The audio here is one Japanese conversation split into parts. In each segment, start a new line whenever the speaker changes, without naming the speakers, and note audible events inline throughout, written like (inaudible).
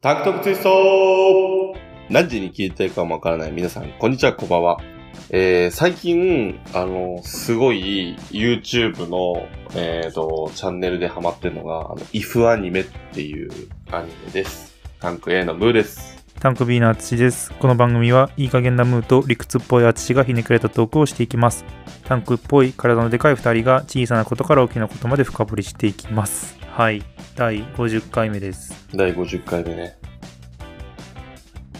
タクトクツイスト何時に聞いてるかもわからない皆さん、こんにちは、こんばんは。えー、最近、あの、すごい YouTube の、えー、と、チャンネルでハマってるのが、あの、if アニメっていうアニメです。タンク A のムーです。
タンク B のあつしです。この番組はいい加減なムーと理屈っぽいあつしがひねくれたトークをしていきます。タンクっぽい体のでかい2人が小さなことから大きなことまで深掘りしていきます。はい。第50回目です。
第50回目ね。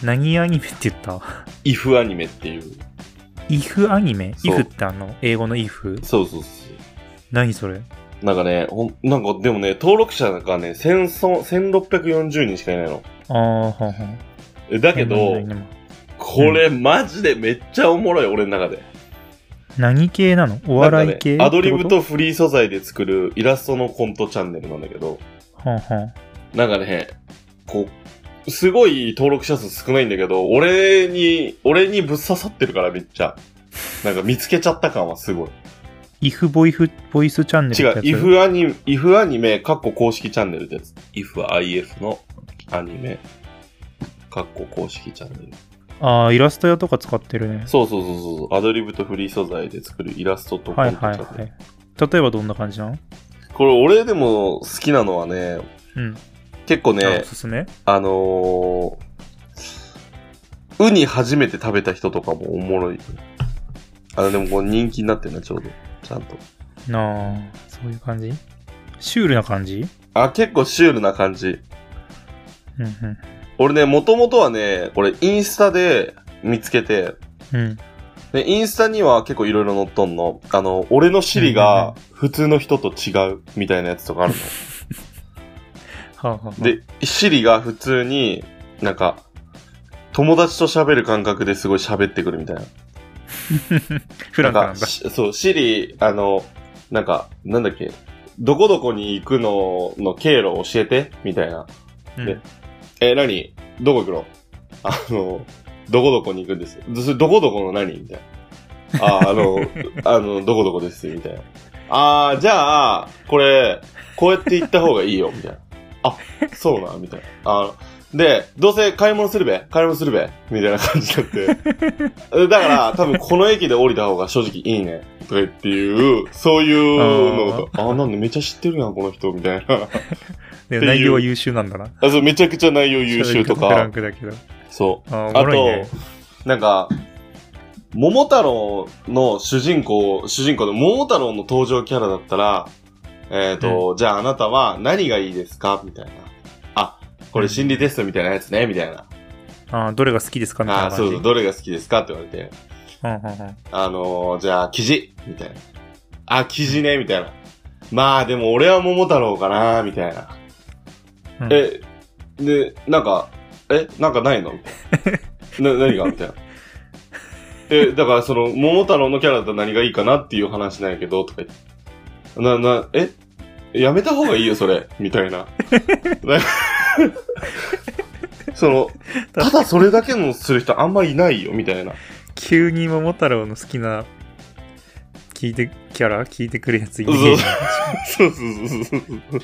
何アニメって言った
if アニメっていう。
?if アニメ
そう
?if ってあの、英語の if?
そうそうそう。
何それ
なんかね、ほん、なんかでもね、登録者がね、千そ1640人しかいないの。
あーはんはん。
えだけど、
何々
これマジでめっちゃおもろい、俺の中で。
何系なのお笑い系、
なんかねアドリブ
ってこと
フリー素材で作るイラストのコントチャンネルなんだけど、
はんはん。
なんかね、こう、すごい登録者数少ないんだけど、俺に、俺にぶっ刺さってるからめっちゃ。なんか見つけちゃった感はすごい。
if ボイフ、ボイスチャンネル
違う、イフアニ、イフアニメ、カッコ公式チャンネルです。イフ IF のアニメ、カッコ公式チャンネル。
ああ、イラスト屋とか使ってるね。
そうそうそうそう、アドリブとフリー素材で作るイラストとコ
は
ン
い
トチャン
は
ネ
い
ル。
はい。例えばどんな感じなの
これ俺でも好きなのはね、
うん。
結構
あ
ね
お、すすめ
あのー、ウニ初めて食べた人とかもおもろい。あの、でもこう人気になってるな、ちょうど。ちゃんと。
なあそういう感じシュールな感じ
あ、結構シュールな感じ。
うん
俺ね、もともとはね、これインスタで見つけて、
うんうん
で、インスタには結構いろいろ載っとんの。あの、俺の尻が普通の人と違うみたいなやつとかある
はあ、はあ、
の。で、尻が普通になんか、友達と喋る感覚ですごい喋ってくるみたいな。
フランクなん
か
だ
しそう、シリ、あの、なんか、なんだっけ、どこどこに行くのの経路を教えて、みたいな。
う
で
ん
え、何どこ行くのあの、どこどこに行くんです。どそれどこどこの何みたいな。あ、あの、 (laughs) あの、どこどこです、みたいな。あー、じゃあ、これ、こうやって行った方がいいよ、みたいな。あ、そうな、みたいな。あで、どうせ買い物するべ、買い物するべ、みたいな感じになって。 (laughs) だから、多分この駅で降りた方が正直いいね、とかっていう、そういうのと、あ、なんでめっちゃ知ってるやん、この人、みたいな。
で内容は優秀なんだな
あそう、めちゃくちゃ内容優秀と
フラ
か
ン。クだけど
そう。
あーお
あ
もろいね
と、なんか、桃太郎の主人公、主人公の桃太郎の登場キャラだったら、えっ、と、じゃああなたは何がいいですかみたいな。あ、これ心理テストみたいなやつね、みたいな。
あーどれが好きですかみたい
あ
な感じ
そうそう、どれが好きですかって言われて。
うんうんうん
あのー、じゃあ、生地みたいな。あ、生地ね、みたいな。まあ、でも俺は桃太郎かな、みたいな。
うん
え、で、なんか、え、なんか
(laughs)
ないのみたいな。な、何がみたいな。え、だからその、桃太郎のキャラだと何がいいかなっていう話なんやけど、とか言って。な、な、えやめた方がいいよ、それ。みたい
(laughs)
な。なその、ただそれだけのする人あんまいないよ、みたいな。
急に桃太郎の好きな聞いてキャラ聞いてくるやついね
そうそうそうそうそうそう。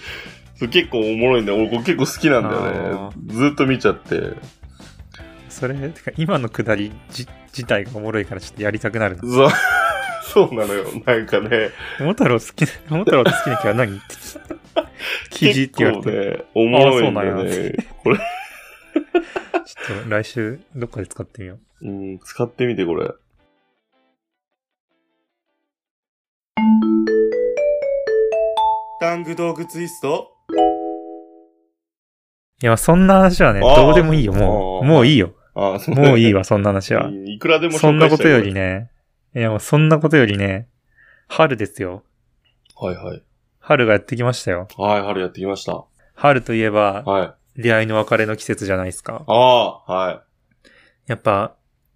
そう結構おもろいんだよ。俺これ結構好きなんだよ
あ
ね。ずっと見ちゃって。
それてか今のくだりじ自体がおもろいからちょっとやりたくなるな
そう、そうなのよ。なんかね。
桃太郎好きな桃太郎の好きなキャラ
(laughs)
何って記事って言われて、
結構ね、おもろいんだよ
あそうなん
ね。これ、
ちょっと来週どっかで使ってみよう
うん、使ってみて、これ。タングトークツイスト
いや、そんな話はね、
あー
どうでもいいよ、もう。
あー
もういいよ。
ああ、そ
もうい
(laughs)
い
わ。
わ、そんな話は。
いくらでも紹介しちゃ
そ
うん
なことより。ね、いや、もうそんなことよりね、春ですよ。
はいはい。
春がやってきましたよ。
はい、春やってきました。は
春といえば、
い。
出会いの別れの季節じゃないですか。
ああ、はい。
やっぱ、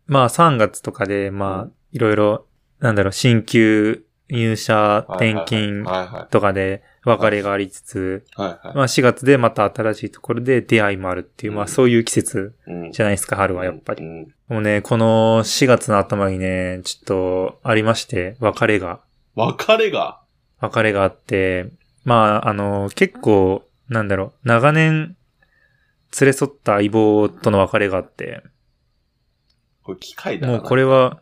まあ3月とかで、
う
まあ、いろいろ、なんだろう、進級、入社、
はい
転
はい
勤
はいは
とかで別れがありつつ、
い。はいはい。
まあ4月でまた新しいところで出会いもあるっていう、
う
まあ
ん
そういう季節
うん
じゃないですか、春はやっぱり
う。ん
もうね、この4月の頭にね、ちょっとありまして、別れが、
別れが。
別れがあって、まあ、あの、結構、なんだろう、長年、連れ添った相棒との別れがあって、
これ機械だな。
もうこれは、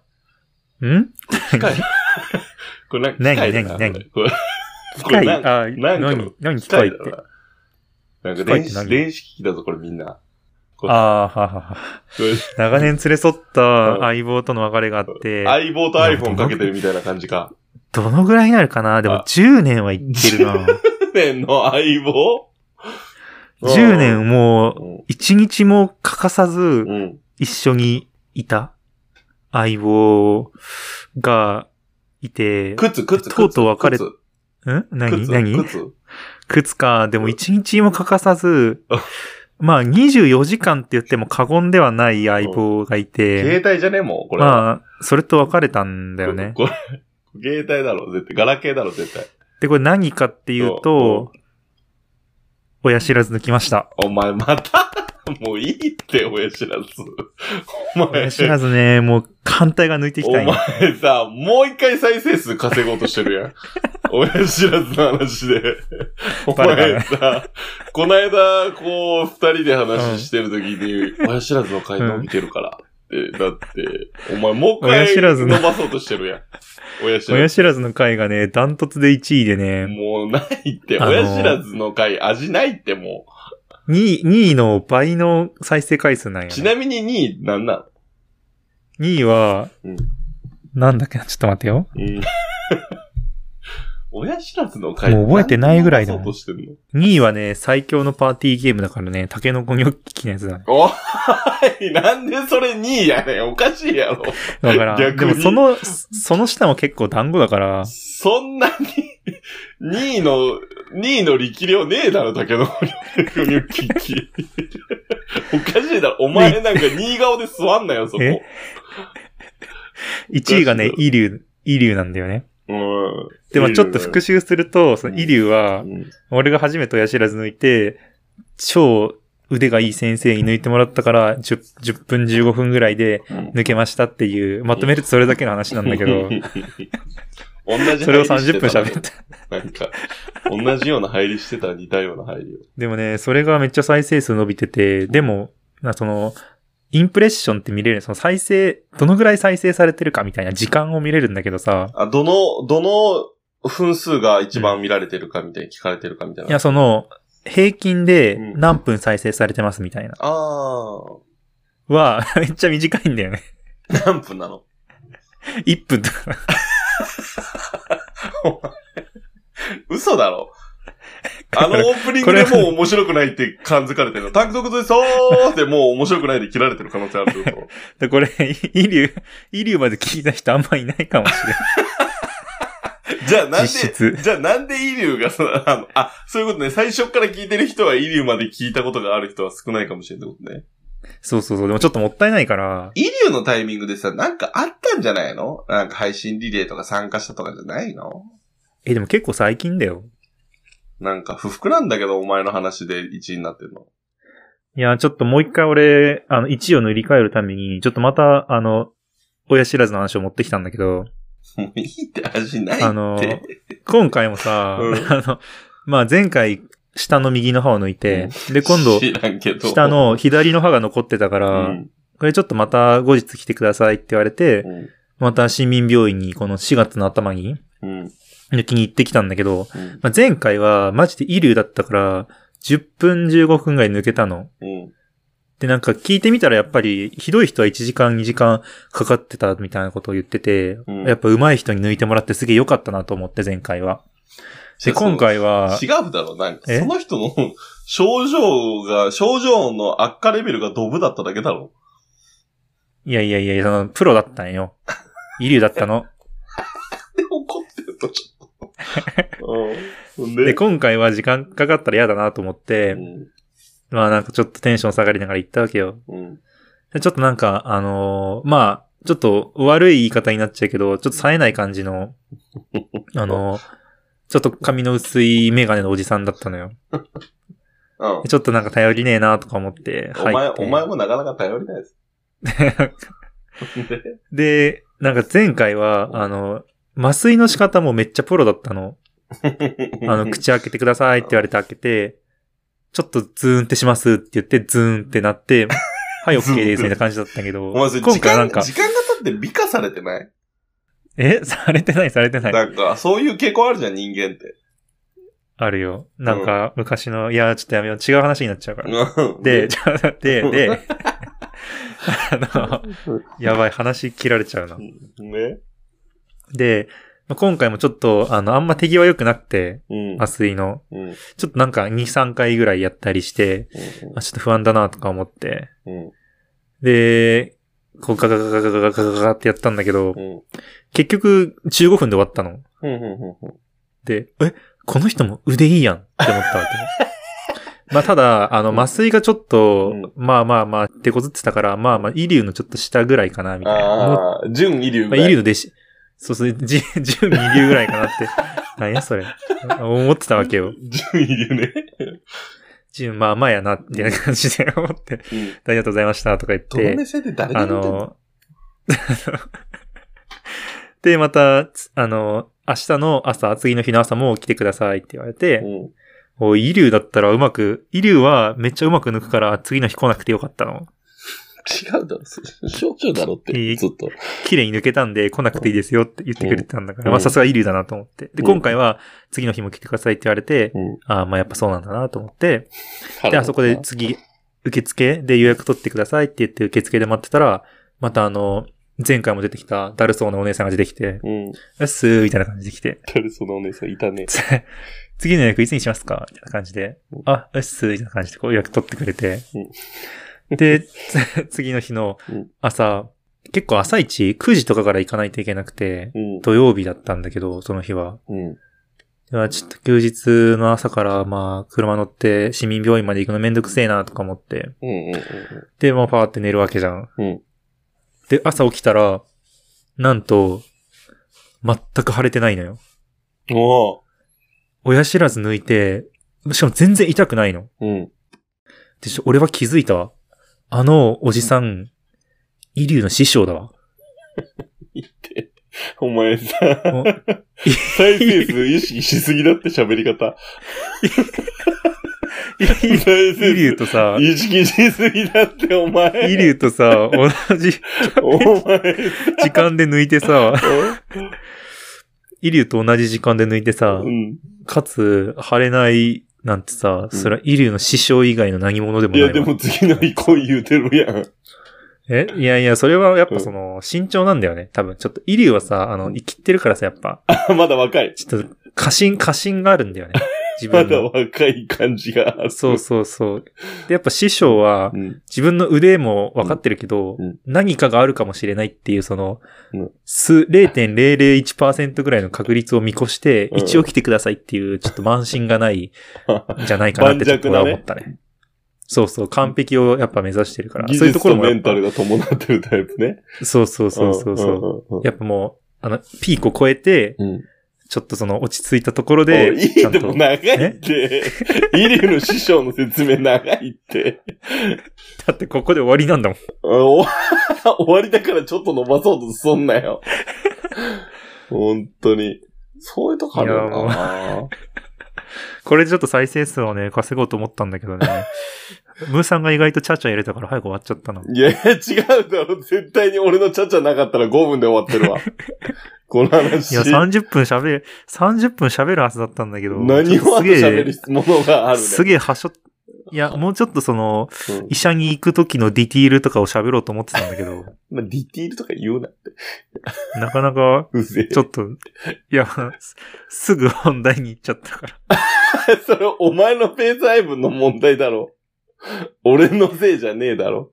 ん
機械。これなんか機械だな。
何何
これ
機械
なんな
あ、
んかの
何、何
機
機
械
械っ
だ
て。
な。なんか
機械っ
電
て
子
何
電子機器だぞ、これみんな。
ああ、はははは。
これ
長年連れ添った相棒との別れがあって、
相棒と iPhone かけてるみたいな感じか。
どのぐらいになるかなでも
あ
10年はいって
(laughs)
るな。
10年の相棒
10年もう、
も。
一日も欠かさず
う、ん。
一緒にいた相棒がいて、ん
靴、靴、靴
とうとう別れ
靴
何
靴
何
靴
靴か。でも一日も欠かさず、まあ24時間って言っても過言ではない相棒がいて、
携帯じゃねえもん、これ。
まあ、それと別れたんだよね。
これ、携帯だろ、絶対。ガラケーだろ、絶対。
で、これ何かっていうと、親知らず抜きました。
お前また (laughs) もういいって、親知らず。お前、
親知らずね、もう反対が抜いてき
お
たんよ
前さ、もう一回再生数稼ごうとしてる
(laughs)
やん。親知らずの話で。お
バレ
前さ、この間、こう、二人で話してる時に、親知らずの回伸びてるから。ってだって、お前もう一
親知
回
らず
伸
の
ばそうとしてるやん。親知ら
親
ず。
知らずの回がね、ダントツで1位でね、
もうないって、
あのー
親知らずの回味ないっても
2位、2位の倍の再生回数なんや、
う。
ね。
ちなみに2位なんな
2位は、
うん
なんだっけな、ちょっと待ってよ。
のうん。 (laughs) 親知らずの回
もう覚えてないぐらいだも
何
ん
伸ばそうとしてんの
2位はね、最強のパーティーゲームだからね、タケノコニョッキのやつだね。
おい、なんでそれ2位やねん。おかしいやろ。
だから、
逆に
でもその、その下も結構団子だから、
そんなに、2位の、2位の力量ねえだろ、だけど、聞き。おかしいだろ。お前なんか2位顔で座んなよ、そこ。
え1位がね
お、か
イリュウ、イリュウなんだよね。
うん。
でもちょっと復習すると、そのイリュウは、
うん
俺が初めて親知らず抜いて、超腕がいい先生に抜いてもらったから、10, 10分15分ぐらいで抜けましたっていう、まとめるとそれだけの話なんだ
(laughs)
けど、
同じ
それを30分
っ
喋った。
た。なんか、同じような入りしてたら似たような入りを。
でもね、それがめっちゃ再生数伸びてて、でも、なその、インプレッションって見れる、その再生、どのぐらい再生されてるかみたいな時間を見れるんだけどさ、
あ、どの、どの分数が一番見られてるかみたいな、聞かれてるかみたい
い
な。
や、その、平均で
うん
何分再生されてますみたいな。
あ
は、 (laughs) めっちゃ短いんだよね。
ー、何分なの
1分とか。
嘘だろあのオープニングでもう面白くないって感づかれてるの。単独でそうってもう面白くないで切られてる可能性あると。
で、これ、イイリュウ、イリュウまで聞いた人あんまいないかもしれ
(laughs)
ない。
じゃあなん
実質
で、じゃあなんでイリュウがその、あの、あ、そういうことね。最初から聞いてる人はイリュウまで聞いたことがある人は少ないかもしれないってことね。
そうそうそう。でもちょっともったいないから、
イリュウのタイミングでさ、なんかあったんじゃないのなんか配信リレーとか参加したとかじゃないの
え、でも結構最近だよ。
なんか不服なんだけど、お前の話で1位になってるの。
いや、ちょっともう一回俺、あの、1を塗り替えるために、ちょっとまた、あの、親知らずの話を持ってきたんだけど、
もういいって味ないって。
あの、今回もさ、
うん
(laughs) あの、まあ、前回、下の右の歯を抜いて、で、今度、
知らんけど。
下の左の歯が残ってたか
う
ら、
ん、
これちょっとまた後日来てくださいって言われて、
うん。
また市民病院にこの4月の頭に
うん。
抜きに行ってきたんだけど、
うん。
まあ、前回はマジでイリュウだったから、10分15分ぐらい抜けたの。
うん
で、なんか聞いてみたらやっぱり、ひどい人は1時間2時間かかってたみたいなことを言ってて、
うん
やっぱ上手い人に抜いてもらってすげえ良かったなと思って前回は。で、今回は
違、うだろ、なんか。
え
その人の (laughs) 症状が、症状の悪化レベルがドブだっただけだろ。 (laughs)
いやいやいや、その、プロだった
(laughs)
んよ。イリュウだったの。
で、怒ってると、ちょっと。うん。
で、今回は時間かかったら嫌だなと思って、まあなんかちょっとテンション下がりながら行ったわけよ。
うん。うん。
でちょっとなんか、あのーまあ、ちょっと悪い言い方になっちゃうけど、ちょっと冴えない感
(laughs)
じの、あのーちょっと髪の薄いメガネのおじさんだったのよ。
うん
でちょっとなんか頼りねえなとか思って
お前、
入って。
お
(laughs)
前もなかなか頼りないです。で
で、なんか前回は、あの、麻酔の仕
(laughs)
方もめっちゃプロだったの。あの、口開けてくださいって言われて開けて、ちょっとズーンってしますって言って、ズーンってな
(laughs)
って、はい、オッケーですみたいな感じだったけど、
お前それ
今
時
回なん
間、
か、
時間が経って美化されてない
え (laughs) されてない、されてない。
なんか、そういう傾向あるじゃん、人間って。
あるよ。なんか、昔の、いや、ちょっとやめよう。違う話になっちゃうから。
うん
(laughs) で、、ちょっと待っ
(laughs)
て、
うん
で、あの、やばい、話切られちゃうな。
ね。
で、まあ今回もちょっと、あの、あんま手際良くなくて、
うん。
麻酔の。
うん。
ちょっとなんか2、3回ぐらいやったりして、あちょっと不安だなとか思って。
うん。
で、こうガガガガガガガガガガってやったんだけど
う、ん。
結局15分で終わったの。
うん。うん。
で、え、この人も腕いいやんって思ったわけ。まあただ、あの、麻酔がちょっと、まあまあまあ、ってこずってたから、まあまあ、イリュウのちょっと下ぐらいかな、みたいな。思っ
ああ、純遺流
まあ、イリュウの弟子、そうそう、じ準備流ぐらいかなって、なんやそれ、思ってたわけよ。
純遺流ね。
準、まあまあやな、みたいな感じで思って、
うん。
ありがとうございました、とか言っ
どの目
て、
線で誰
あ
に見てんの
の、 (laughs) で、また、つあの、明日の朝、次の日の朝も来てくださいって言われて、
うん。
おい、イリュウだったらうまく、イリュウはめっちゃうまく抜くから次の日来なくてよかったの。
違うだろ、そ少女だろっ
い
て、
い
ずっと。
綺麗に抜けたんで来なくていいですよって言ってくれてたんだから、
うん
まあさすがイリュウだなと思って。で、
うん
今回は次の日も来てくださいって言われて、
うん。
ああ、まあやっぱそうなんだなと思って、で、あそこで次、受付で予約取ってくださいって言って受付で待ってたら、またあの、前回も出てきただるそうなお姉さんが出てきて、
うん。
うっすーみたいな感じで来て、 (laughs)
誰そのお姉さんいたね。
つ次の予約いつにしますかみたいな感じで
うん、
あ、うっすーみたいな感じでこう予約取ってくれて
うん、
で、 (laughs) つ次の日の
うん
朝、結構朝一、9時とかから行かないといけなくて、
うん。
土曜日だったんだけど、その日は。
うん。
ではちょっと休日の朝から、まあ、車乗って市民病院まで行くのめんどくせえなとか思って、
うん。
で、まあ、パーって寝るわけじゃん。
うん
で、朝起きたら、なんと、全く腫れてないのよ。
うん。お
親知らず抜いて、しかも全然痛くないの。
うん。
でしょ、俺は気づいたわ。あのおじさん、イリュウの師匠だ
(laughs)
わ。
お前さ、
もう
サイセンス意識しすぎだって喋り方。
イリ
サイセン
イリュウ
ス
とさ、イ
意識しすぎだって、お前。
リュウとさ、同じ
お前。
時間で抜いてさ、
う
イリュウと同じ時間で抜いてさ、
ん。
かつ、腫れないなんてさ、
うん
それはイリュウの師匠以外の何者でも
い
ない
や、
わ。
でも次の日来い言うてるやん。 (laughs)
えいやいや、それはやっぱその、慎重なんだよね。多分、ちょっと、イリュウはさ、あの、生きってるからさ、やっぱ、
あまだ若い。
ちょっと、過信、過信があるんだよね。自
ま
分
だ
の。
若い感じがある。
そうそうそう。で、やっぱ師匠は、
うん。
自分の腕も分かってるけど、
うんうん
何かがあるかもしれないっていう、その、
うん
す0.001%ぐらいの確率を見越して、
うん
一応来てくださいっていう、ちょっと慢心がない、んじゃないかなって、ちょっと俺は思ったね。そうそう、完璧をやっぱ目指してるから、
(laughs) 技
そういうと
術
ころ
と
もや
メ
っ
ンタ
ぱ
ル、が伴ってるタイプね。
そうそうそうそう
う
そう、
んうんうん
やっぱもう、あの、ピークを超えて、
うん。
ちょっとその落ち着いたところ
で、
で、
い
ちゃ
い
ん
で
と
も、長いって。イリュウの師匠の説明長いって。 (laughs)
だってここで終わりなんだもん。
あお終わりだからちょっと伸ばそうとすんなよ。本当に。そういうとこあるよ
い
な。
これでちょっと再生数をね、稼ごうと思ったんだけどね。
(laughs)
ムーさんが意外とチャーチャー入れたから早く終わっちゃったな。
いや、違うだろ。絶対に俺のちゃちゃなかったら5分で終わってるわ。この
い
話。
や、30分喋る、30分喋るはずだったんだけど。
何をあと喋るものがあるね。
すげえはしょ、いや、もうちょっとその、
うん
医者に行く時のディティールとかを喋ろうと思ってたんだけ
(laughs)
ど、
まあ、ディティールとか言うな。
なかなか、
うぜえ。
ちょっと、いや、すすぐ本題に行っちゃったから。
(laughs) それお前のペース配分の問題だろ。 (laughs) 俺のせいじゃねえだろ。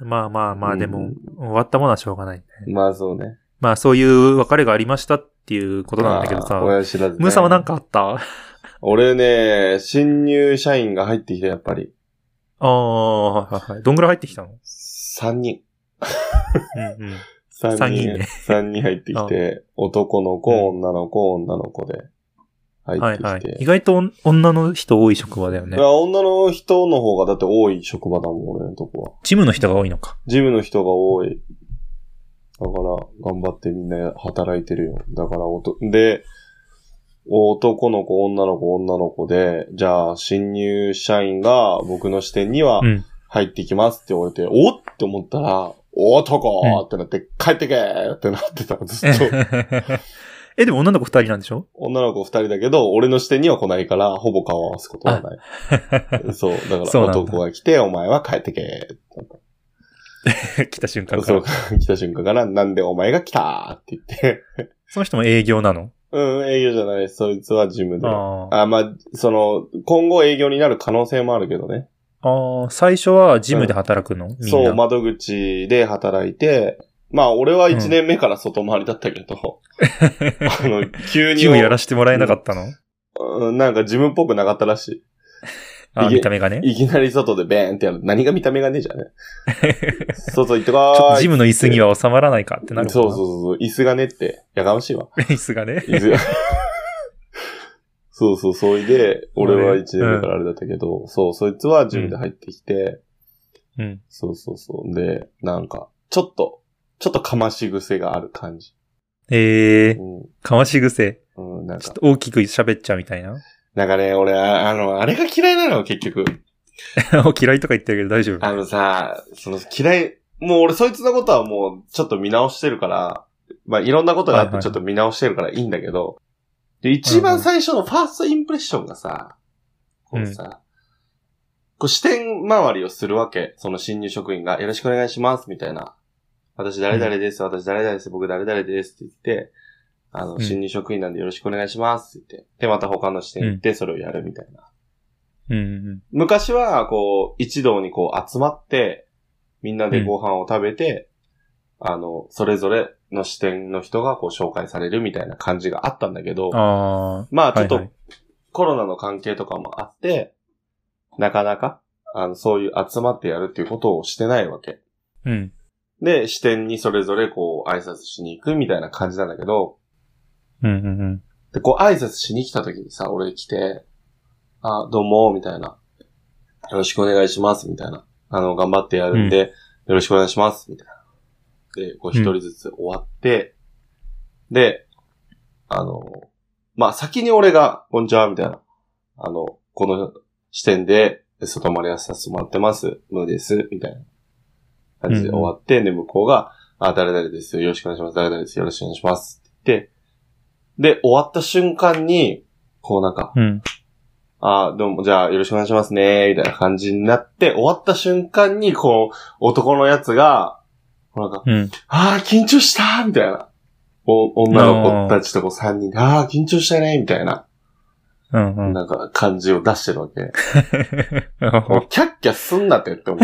まあまあま
う
あ、
ん
でも、終わったものはしょうがないね。
まあそうね。
まあ、そういう別れがありましたっていうことなんだけどさ
まあ、親知らず、ね。
ムーさんはなんかあったあ
俺ね、新入社員が入ってきた、やっぱり。
あー、はいはいはい。どんぐらい入ってきたの
3人。
うんうん。
3
三人ね。
3人入ってき
(laughs)
て、男の子、女の子、女の子で入
は
っ
い
てきて。
はい。意外と女の人多い職場だよね
い。や女の人の方がだって多い職場だもん、俺のとこは。
ジムの人が多いのか。
ジムの人が多い。だから、頑張ってみんな働いてるよ。だから、おと、で、男の子、女の子、女の子で、じゃあ、新入社員が僕の視点には
うん。
入ってきますって言われて、おっって思ったら、男ってなって、帰ってけってなってた、ずっと。
(laughs) え、でも女の子二人なん
(laughs)
でしょ
女の子二人だけど、俺の視点には来ないから、ほぼ顔を合わすことはない。そう。だか
そう
ら、
なんだ
男が来て、お前は帰ってけってなった
来た瞬間か
そ
ら
う。、来た瞬間から、なんでお前が来たって言って。
その人も営業なの
うん、営業じゃない。そいつはジムで。あ
あ
あ、まあ、その、今後営業になる可能性もあるけどね。
あー。最初はジムで働くの、みんな。
そう、窓口で働いて、まあ、俺は1年目から外回りだったけ
(laughs)
ど、あの、急に。
ジムやらせてもらえなかったの、
うんなんかジムっぽくなかったらし
あー
いえ
見た目がね。
い。いきなり外でベーンってやる。何が見た目がねえじ
(laughs)
ゃんね。外行って
ちょっ
こ
と
ーい。
ジムの椅子には収まらないかってなる
そうそう
う
そう。椅子がねって。やかましいわ。
そう。椅子がね。
椅子
(laughs)
が。そうそう、そいで、俺は1年目からあれだったけど、そう、そいつはジムで入ってきて、
うん。
そうそうそう。で、なんか、ちょっと、ちょっとかまし癖がある感じ。
えー、
う
かまし癖。
ん。うん、なん
ちょ
か
っと、大きく喋っちゃうみたいな。 (laughs)
なんかね、俺、ああの、あれが嫌いなの、結局。
嫌いとか言ってるけど大丈夫。
あのさ、その嫌い、もう俺そいつのことはもうちょっと見直してるから、まあいろんなことがあっ
はいは
てち
い
ょっと見直してるからいいんだけど、で一番最初のファーストインプレッションがさ、こうさ、こう視点周りをするわけ。その新入職員がよろしくお願いします、みたいな。私誰々です、私誰々です、僕誰々ですって言って、あ
う
の、
ん
新入職員なんでよろしくお願いしますって言って、でまた他の視点行ってそれをやるみたいな。
うんうん。
昔は、こう、一堂にこう集まって、みんなでご飯を食べて、あの、それぞれの視点の人がこう紹介されるみたいな感じがあったんだけど、
あ
まあ
あ。
ちょっ
はい
と
はい
コロナの関係とかもあって、なかなか、あの、そういう集まってやるっていうことをしてないわけ。
うん。
で、視点にそれぞれこう挨拶しに行くみたいな感じなんだけど、
うんうんうん。
で、こう挨拶しに来た時にさ、俺来て、あ、どうも、みたいな。よろしくお願いします、みたいな。あの、頑張ってやるんで、よろしくお願いします、みたいな。で、こう一人ずつ終わって、で、あの、まあ、先に俺が、こんにちは、みたいな。あの、この視点で、外回りはさせてもらってます、ムーです、みたいな感じで終わって、で、向こうが、あ、誰々です、よろしくお願いします、誰々です、よろしくお願いします、って言って、で、終わった瞬間に、こうなんか、
うん。
あ、どうも、じゃあ、よろしくお願いしますね、みたいな感じになって、終わった瞬間に、こう、男のやつが、こうなんか、
うん。
あー、緊張したみたいな。お女の子たちとこう3人で、あー、緊張したね、みたいな、
うんうん。
なんか、感じを出してるわけ。も
お
うキャッキャすんなってっ
(laughs)
て思う。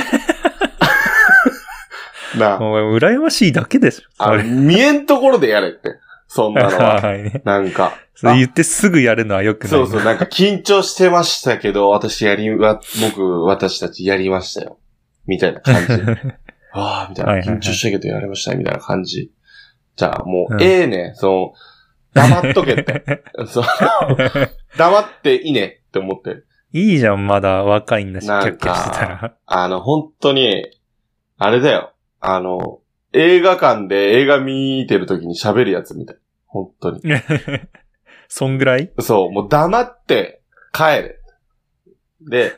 なあ、
前、羨ましいだけでしょ。そ
あ
れ
見えんところでやれって。そんなの
(laughs)
は。
はいね。
なんか。
それ言ってすぐやるのは良くない。
そうそう、なんか緊張してましたけど、私やりは、僕、私たちやりましたよ。みたいな感
(laughs)
じ。ああ、みたいな。
はいはいはい
緊張したけどやりました、みたいな感じ。じゃあ、もう、
うん
ええね、その、黙っとけ
(laughs)
って。そう黙っていいねって思って。
いいじゃん、まだ若いんだし、キ
なんか
ャッキャしてたら。
あの、本当に、あれだよ。あの、映画館で映画見てる時に喋るやつみたい。本当に。
そんぐらい
そう、もう黙って帰れ。で、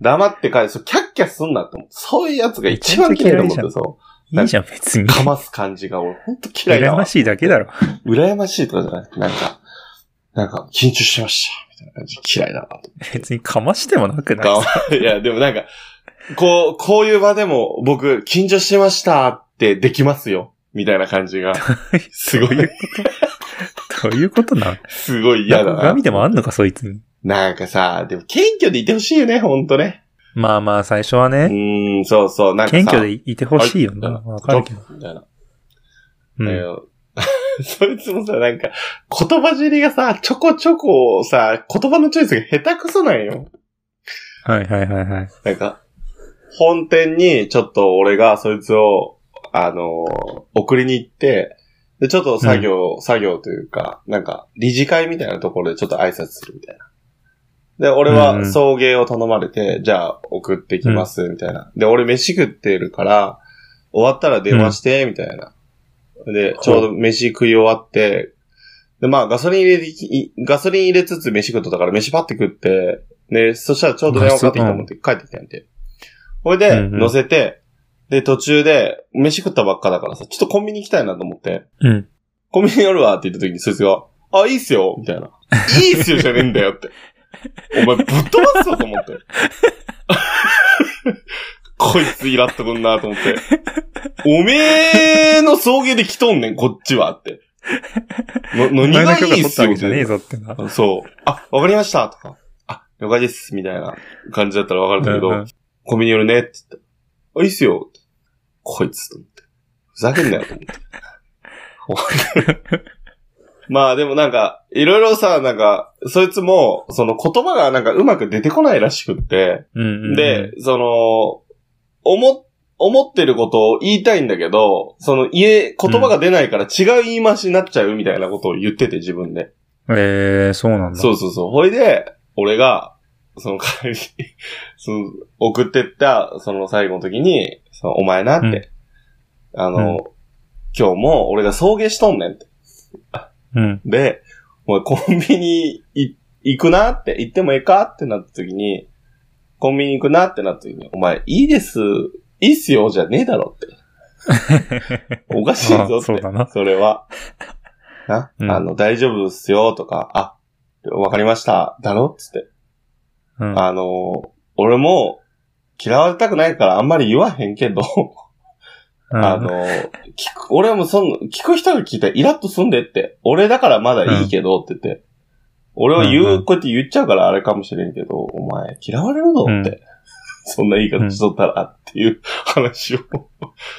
黙って帰れ。そう、キャッキャすんなって思う。そういうやつが一番嫌いだもんっ
めちゃ
て、
め
そ
いいじゃん、別に
う。。かます感じが俺、ほんと嫌いだ
羨
わ
ま。しいだけだろ。
羨ましいとかじゃない。なんか、なんか、緊張してました。みたいな感じ。嫌いだわ。
別にかましてもなくない
かわ (laughs) いいや、でもなんか、こう、こういう場でも僕、緊張してましたってできますよ。みたいな感じ
(laughs)
が、すごい、
どういうことな
すごい嫌だ
の
な
鏡。でもあんのか、そいつに。
なんかさ、でも謙虚でいてほしいよね、ほんとね。
まあまあ、最初は
う
ね、
ーん、そうそう、なんかさ。
謙虚でいてほしいよな。
あ
わかるけど。
みたいな。
うん
だよ (laughs) そいつもさ、なんか、言葉尻がさ、ちょこちょこさ、言葉のチョイスが下手くそなんよ。
はいはいはいはい。
なんか、本店にちょっと俺がそいつを、あのー送りに行って、で、ちょっと作業、作業というか、なんか、理事会みたいなところでちょっと挨拶するみたいな。で、俺
うんう
は
ん
送迎を頼まれて、じゃあ送ってきます、みたいな。で、俺飯食ってるから、終わったら電話して、みたいな。で、ちょうど飯食い終わって、で、まあ、ガソリン入れてい、ガソリン入れつつ飯食っとったから、飯パッて食って、で、そしたらちょうど電話かかってきたもんって帰ってきたんやて。ほいで、
うんうん
乗せて、で、途中で、飯食ったばっかだからさ、ちょっとコンビニ行きたいなと思って、
うん。
コンビニ寄るわって言った時に、そいつが、あ、いいっすよみたいな。いいっすよじゃねえんだよって。お前ぶっ飛ばすぞと思
(laughs)
って。こいつイラっとくんなと思って。おめえの送迎で来とんねん、こっちはって。の、何
前
が
の
い
許可取
いっ
っ
す
たわ
よみ
けじ
た
ゃねえ
い
ぞってな。
な。そう。あ、わかりましたとか。あ、了解です。みたいな感じだったらわかるんだけど、
うんうん
コンビニ寄るねって言った。あ、いいっすよ。こいつと思って。ふざけんなよと思って。 (laughs) まあでもなんか、いろいろさ、なんか、そいつも、その言葉がなんかうまく出てこないらしくって、
うんうん。
で、、その、思っ、思ってることを言いたいんだけど、その言え、言葉が出ないから違う言い回しになっちゃうみたいなことを言ってて自分で。
えー、そうなんだ。
そうそうそう。ほいで、俺が、その帰り (laughs) に、その、送ってった、その最後の時に、その、お前なって、あの、
うん
今日も俺が送迎しとんねんって。
うん。
で、お前コンビニい行くなって、行ってもええかってなった時に、コンビニ行くなってなった時に、お前、いいです、いいっすよ、じゃねえだ
(laughs)
ろって。おかしいぞ
あ
って
そう。だな。
それ
(laughs)
は。な、
うん
あの、大丈夫っすよ、とか、あ、わかりました、だろっつって。
うん。
あの、俺も、嫌われたくないからあんまり言わへんけど、あの、聞く、俺もその、聞く人が聞いたらイラッとすんでって、俺だからまだいいけどって言って、俺は言う、
うんうん
こうやって言っちゃうからあれかもしれんけど、お前嫌われるぞって、
うん
(laughs) そんな言い方しとったらっていう (laughs) 話を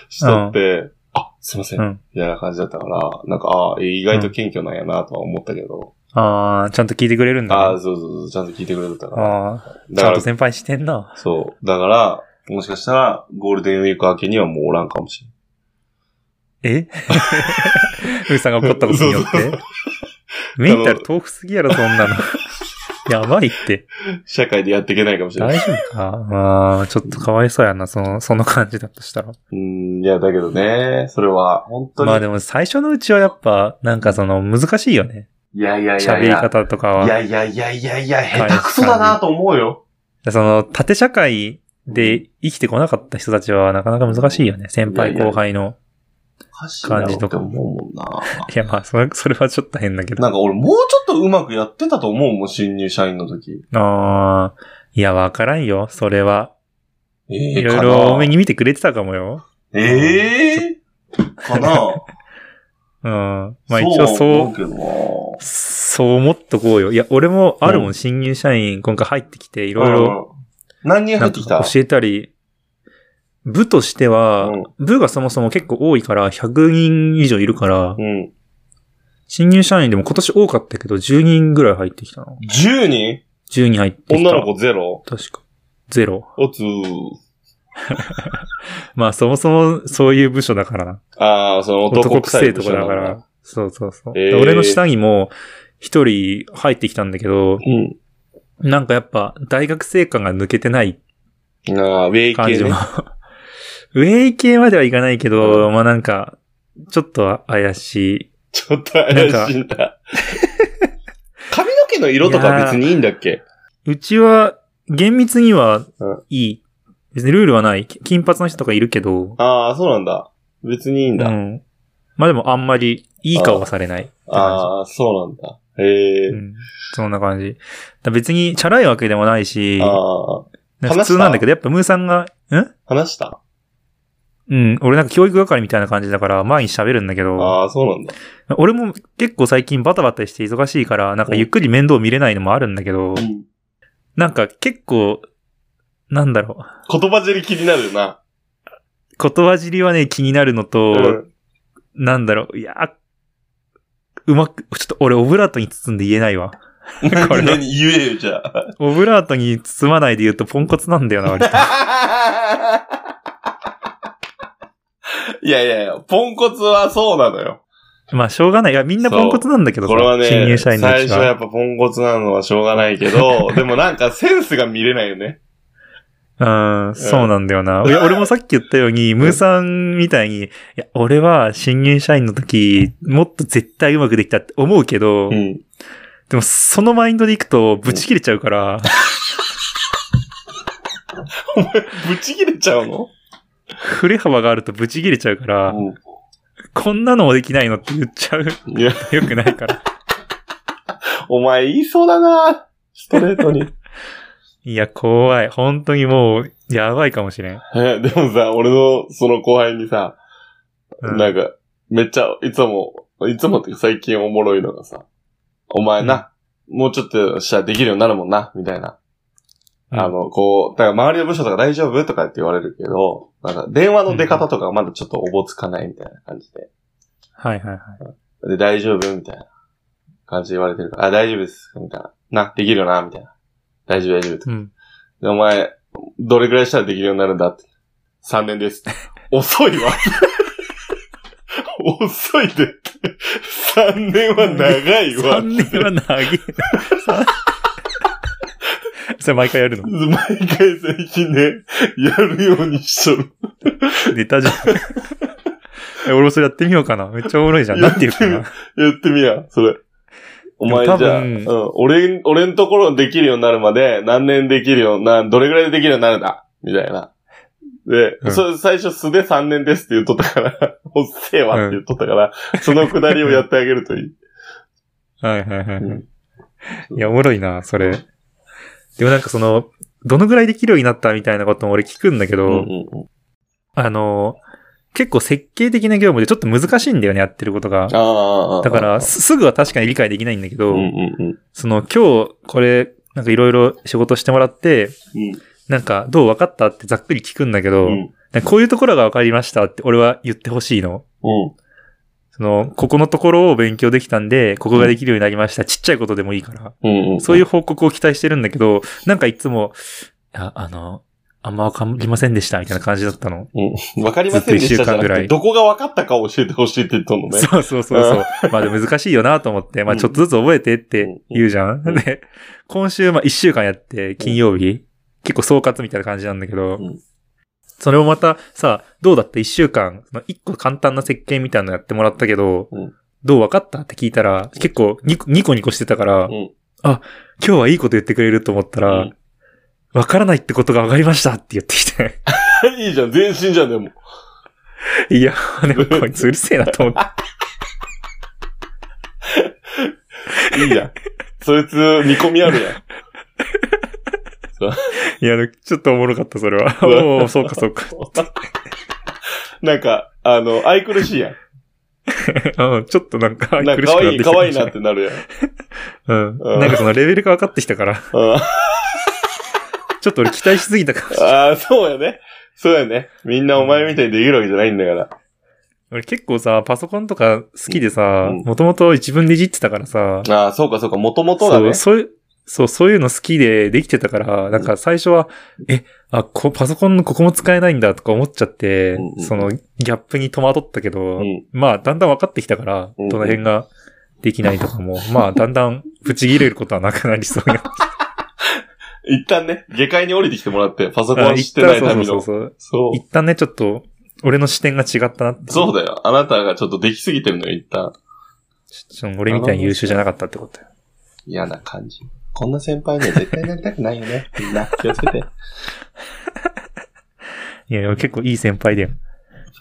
しとって、あ、すいません、
うん
みたいな感じだったから、なんか、ああ、意外と謙虚なんやなとは思ったけど、
あーちゃんと聞いてくれるんだ
あ
な。
あ、そうそうそう、ちゃんと聞いてくれてたから。
あー
だ
ち
か
ゃんと
ら、
先輩してんな。
そう。だから、もしかしたら、ゴールデンウィーク明けにはもうおらんかもしれん。
え (laughs) ふうさんが怒ったことによっ
そうそう
てメンタル豆腐すぎやろ、そんなの。
(laughs)
やばいって。
社会でやっていけないかもしれない
大。丈夫かああ、ちょっとかわいそうやな、その、その感じだとしたら。
うーん、いや、だけどね、それは、本当に。
まあでも最初のうちはやっぱ、なんかその、難しいよね。
いやいやいや
喋
い
り
や。
方とか
い
は。
やいやいやいやいや、下手くそだなと思うよ。
その、縦社会で生きてこなかった人たちはなかなか難しいよね。先輩後輩の。
おかしいなって思うもんな。
いやまあ、それ、それはちょっと変だけど。
なん
あ
か俺、もうちょっとうまくやってたと思うもん、新入社員の時。
あー、いや、わからんよ、それは。
え
い
え
ろいろ多め。に見てくれてたかもよ。
かなええかな
うん。 (laughs) まあ一応
は思
そう
けどな
う、そう思っとこうよ。いや、俺もあるも
うん
ん、新入社員、今回入ってきて、いろいろ、
うん。何人
な
入っ
ん
てきた
か教えたり、部としては
うん、
部がそもそも結構多いから、100人以上いるから
う、ん。
新入社員でも今年多かったけど、10人ぐらい入ってきたの。
10人
10人入ってきた。
女の子ゼロ
確か。ゼロ。
おつー。
まあそもそもそういう部署だからな。
ああ、その男臭
男臭
い
い
部
と
署
こ
な
だ
ん
から。。そうそうそう。
えー
俺の下にも一人入ってきたんだけ
う
ど、
ん。
なんかやっぱ大学生感が抜けてない
ああ、ウェイ
感
系
じ
ね
も。。ウェイ系まではいかないけど、まあなんか、ちょっと怪し
ちょっと怪しいんだ。髪の毛の色とか別にいいんだっけ
い。うちは厳密には
うん
いい。別にルールはない。金髪の人とかいるけど、
ああ、そうなんだ。別にいいん
う
だ。
ん。まあでもあんまりいい顔はされない。
ああ、そうなんだ。へえ
う。ん。そんな感じ。だから別にチャラいわけでもないし、
ああ、
なんか普通なんだけど、やっぱムーさんが、ん
話した
うん、俺なんか教育係みたいな感じだから、前に喋るんだけど、
ああ、そうなんだ。
俺も結構最近バタバタして忙しいから、なんかゆっくり面倒見れないのもあるんだけど、
うん
なんか結構、なんだろ
言葉尻気になるよな。
う、言葉尻はね、気になるの
う
と、
ん。
なんだろう、いやー、うまく、ちょっと俺オブラートに包んで言えないわ。これ
何何言えよ、じゃあ。
オブラートに包まないで言うとポンコツなんだよな、割と
いやいやいや、ポンコツはそうなのよ。
まあ、しょうがない。いや、みんなポンコツなんだけどさ
これはね、
新入社員のう
最
ち
初はや
は。
っぱポンコツなのはしょうがないけど、でもなんかセンスが見れないよね。
ああ、そうなんだよな。いや、俺もさっき言ったように、ムーさんみたいに、いや、俺は新入社員の時、もっと絶対うまくできたって思うけど、
うん。
でもそのマインドでいくと、ブチ切れちゃうから、
ぶち切れちゃうの
振れ幅があるとブチ切れちゃうから、こんなのもできないのって言っちゃう。 (laughs)
うん。いや、
よくないから。
お前言いそうだなストレートに。
いや、怖い。本当にもう、やばいかもしれん。
(laughs) えでもさ、俺のその後輩にさ、
うん
なんか、めっちゃ、いつも、いつもっていうか最近おもろいのがさ、お前な、もうちょっとしたらできるようになるもんな、みたいな。
うん
あの、こう、だから周りの部署とか大丈夫とかって言われるけど、なんか電話の出方とかまだちょっとおぼつかないみたいな感じで。
はいはいはい。
で、大丈夫みたいな感じで言われてるから、あ、大丈夫です。みたいな。な、できるよな、みたいな。大丈夫、大丈夫。
うん。
で、お前、どれくらいしたらできるようになるんだって。3年です。
(laughs)
遅いわ。遅いでって。3年は長いわ。
3年は長い。 (laughs) それ毎回やるの。
毎回最近ね、やるようにしとる。
ネタじゃん。 (laughs) え俺もそれやってみようかな。めっちゃおもろいじゃん。なんていうか
や
な。
やってみや、それ。お前
で
じ
も多
ゃあ、う
分
ん、俺、俺のところできるようになるまで、何年できるような、どれくらいでできるようになるんだみたいな。で、
うん
それ最初素で3年ですって言っとったから、 (laughs) おっせえわって言っとったから、そのくだりをやってあげるといい。
はいはいはいは
う
い。いや、おもろいな、それ。でもなんかその、どのぐらいできるようになったみたいなことも俺聞くんだけど、
んうんうん
あの、結構設計的な業務でちょっと難しいんだよね、やってることが。
ああ。
だか
ああ
ら、、すすぐは確かに理解できないんだけ
う
ど、
んうんうん。
その今日これ、なんかいろいろ仕事してもらって、なんかどう分かったってざっくり聞くんだけ
う
ど、
ん。うん。
なんかこういうところが分かりましたって俺は言ってほしいの。
うん。
その、ここのところを勉強できたんで、ここができるようになりました。ちっちゃいことでもいいから。
うんうん。。
そういうう報告を期待してるんだけど、なんかいつも、ああの、あんまわかりませんでした、みたいな感じだったの。
うん。わかりませんでしたじゃな
ずっと一週間ぐ
く
ら
て、
い
どこが分かったか教えてほしいって言っとんのね。
そうそうそうそう。まあでも難しいよなと思って、まあちょっとずつ覚えてって言うじゃん。
うん
で、今週まあ一週間やって、金曜日、結構総括みたいな感じなんだけど
うん、
それをまたさ、どうだった一週間、その一個簡単な設計みたいなのやってもらったけど
うん、
どう分かったって聞いたら、結構ニコニコニコしてたから
うん、
あ、今日はいいこと言ってくれると思った
う
ら
ん、
わからないってことが分かりましたって言って
(laughs)
きて。
いいじゃん、全身じゃん、でも。
いや、でもこいつうるせえなと思って。
いいじゃん。そいつ、煮込みあるやん。
いや、ちょっとおもろかった、それは。
うわ
おお、そうか、そうか。
なんか、あの、愛くるしいやん。
うん、ちょっとなんか、
なん
苦
か、可
しくなっ
愛
て
い、
きた
可
かも
愛い
しれ
な
な
っ
い。
てなるやん。
うん
うん。
なんかそのレベルが分かってきたから、 (laughs)
うん
ちょっと俺期待しすぎたかもしれない。
ああ、そうやね。そうやね。みんなお前みたいにできるわけじゃないんだから。
俺結構さ、パソコンとか好きでさ、
うん
もともと自分でいじってたからさ、
ああ、そうかそうか、もともとがね。
そう、そういう、そう、そういうの好きでできてたから、なんか最初は、え、あ、こパソコンのここも使えないんだとか思っちゃって、
うんうん
そのギャップに戸惑ったけど、
うん。
まあ、だんだん分かってきたから、
うん
どの辺ができないとかも、まあ、だんだん (laughs) ブチ切れることはなくなりそう
(laughs)
や。
一旦ね、下界に降りてきてもらって、パソコン知ってないため
そう
の。
そうそう。
そう。
一旦ね、ちょっと、俺の視点が違ったなって。
そうだよ。あなたがちょっとできすぎてるのよ、一旦。
ちょっと俺みたいに優秀じゃなかったってことよ。
嫌な感じ。こんな先輩には絶対なりたくないよね。みんな、気をつけて。
いやいや、結構いい先輩だよ。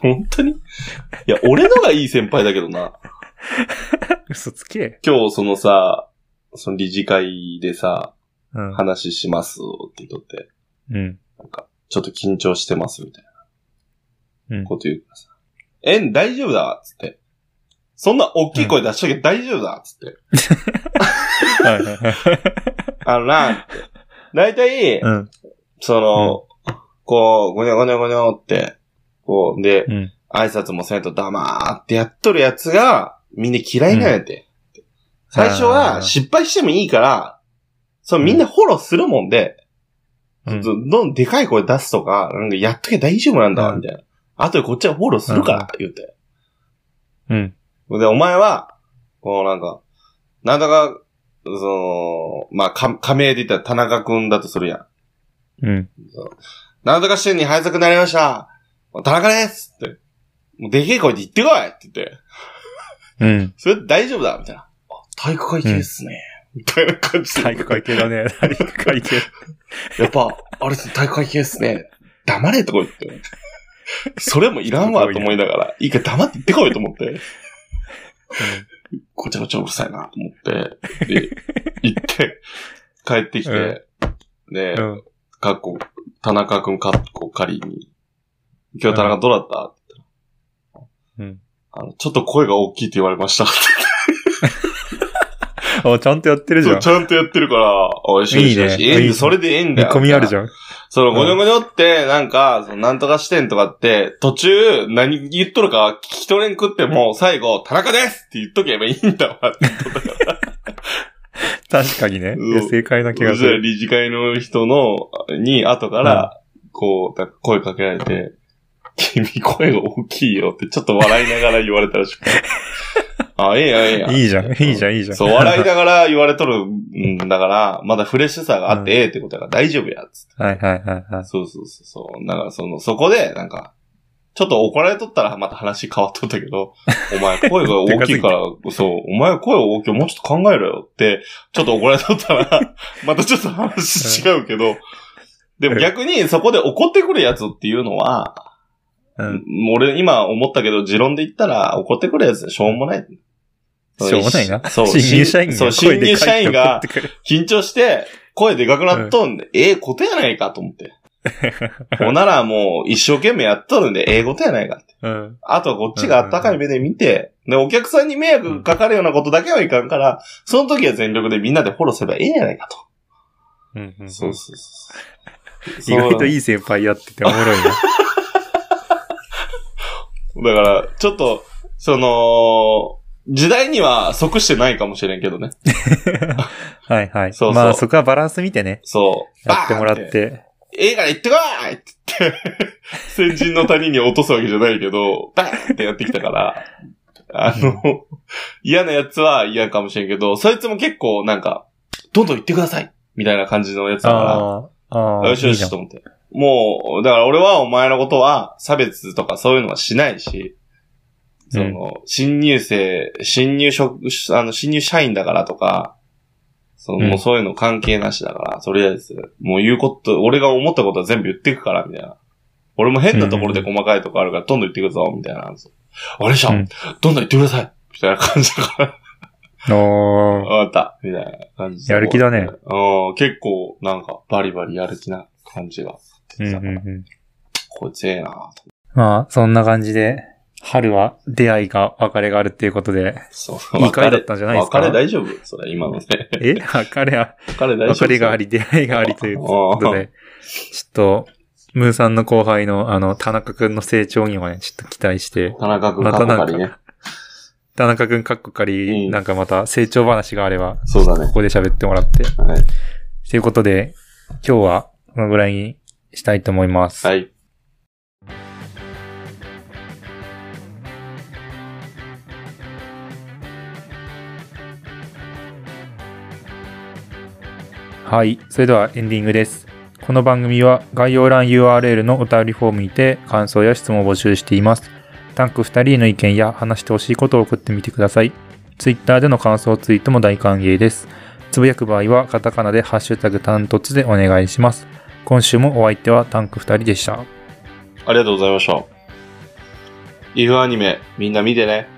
本当にいや、俺のがいい先輩だけどな。
嘘つけ。
今日そのさ、その理事会でさ、
うん。
話しますって言っとって、
うん。
ちょっと緊張してますみたい
うん
な。こと言うからさ。えん、大丈夫だっつって。そんな大きい声出しとけ、大丈夫だっつって。
はいはいはい。
あのな、って。大体、
うん。
その、こう、ごにょごにょごにょって、こう、で、
うん。
挨拶もせんと黙ってやっとるやつが、みんな嫌いなんやて。最初
あー
は失敗してもいいから、そう、みんなフォローするもんで、
うん
どんどんでかい声出すとか、なんかやっとけば大丈夫なんだ、
うん
みたいな。あとでこっちはフォローするから、言うて。
うん。
で、お前は、こうなんか、なんだか、その、まあ、か、仮名で言ったら田中くんだとするやん。
うん。
なんとか週に配属になりました。田中ですって。もうでけえ声で言ってこいって言って。
うん。
それ大丈夫だみたいな。あ体育会系ですね。みたいな感じで。
体育会系
(laughs)
だね。体育会系。
やっぱ、あれっすね体育会系ですね。黙れとか言って。それもいらんわと思いながら、いいから黙って行ってこいと思って、ごちゃごちゃうるさいなと思って、で、行って、帰ってきて、で
う、ん。うん
かっこ、田中くんかっこ仮に、今日田中どうだったって言ったら
うん
あの、ちょっと声が大きいって言われました。
あ、ちゃんとやってるじゃ。
そうんちゃんとやってるから、おいしい
いいね
よしよしええんだ
いい
それでええんだ
見
よ。
込みあるじゃん。
その、ごにょごにょって、なんか、そのなんとか視点とかって、途中、何言っとるか聞き取れんくっても、最後、田中ですって言っとけばいいんだわ。
確かにね。
うん
いや正解な気がす
じゃあ
る。
理事会の人の、に、後から、こう、なんか声かけられて、君声が大きいよって、ちょっと笑いながら言われたら
(laughs)
しくて。あ、ええやん、ええやん。
いいじゃん。いいじゃん、いいじゃん。
そう、笑いながら言われとるんだから、まだフレッシュさがあって、ええってことだから大丈夫や、つって。
(laughs) はいはいはいはい。
そうそうそうそう。だからその、そこで、なんか、ちょっと怒られとったらまた話変わっとったけ
(laughs)
ど、お前声が大きいから、そう、お前声大きいもうちょっと考えろよって、ちょっと怒られとったら、
(laughs)
またちょっと話違うけど、でも逆にそこで怒ってくるやつっていうのは、
うん。
俺今思ったけど、持論で言ったら怒ってくるやつでしょうもない。
しょうもないな。
そう
新入社員が
そう
声
新
でかいって
入社員が
怒ってくる。
緊張して、声でかくなっとんで、ええことやないかと思って。ほんならもう一生懸命やっとるんで、ええことやないかって。
うん。
あとはこっちがあったかい目で見て、で、お客さんに迷惑かかるようなことだけはいかんから、その時は全力でみんなでフォローすればええやないかと。
うんうん
そうそう。
意外と
い。
いい先輩やってておもろいな。
だから、ちょっと、その、時代には即してないかもしれんけどね。
(laughs) はいはい。
そうそう
まあそこはバランス見てね。
そう。
やってもら
バーン
っ。て。
ええから行ってこいって言って、 (laughs) 先人の谷に落とすわけじゃないけど、バーンってやってきたから、あの、嫌なやつは嫌かもしれんけど、そいつも結構なんか、どんどん行ってくださいみたいな感じのやつだか
ああ、ああ、
ら、よしよ
いいじゃ
し
ん
と思って。もう、だから俺はお前のことは差別とかそういうのはしないし、その、新入生、新入職、あの、新入社員だからとか、その、
うん
もうそういうの関係なしだから、とりあえず、もう言うこと、俺が思ったことは全部言ってくから、みたいな。俺も変なところで細かいとこあるから、どんどん言ってくぞ、みたいな。あれじゃ
うん
ん、どんどん言ってくださいみたいな感じだから、 (laughs)
おー
わかったみたいな感じで
やる気だね。
うん、結構、なんか、バリバリやる気な感じが。
うんうんうん。
こいつええなと
まあ、そんな感じで、春は出会いが別れがあるっていうことで、
そう。
いい回だったんじゃないですか
別れ大丈夫それ、今のね。
え別れは、
別れ大丈夫
別れがあ
り。
り、出会いがありということ
あ
で、ちょっと、ムーさんの後輩の、あの、田中くんの成長にもね、ちょっと期待して、
田中君
またなん
か
か
っこりね。
田中くんかっこかり、
うん
なんかまた成長話があれば、
そうだね
こ。こで喋ってもらって。
はい。
ということで、今日はこのぐらいにしたいと思います。
はい。
はい。それではエンディングです。この番組は概要欄 URL のお便りフォームにて感想や質問を募集しています。タンク2人への意見や話してほしいことを送ってみてください。Twitter での感想ツイートも大歓迎です。つぶやく場合はカタカナでハッシュタグタントツでお願いします。今週もお相手はタンク2人でした。
ありがとうございました。イフアニメ、みんな見てね。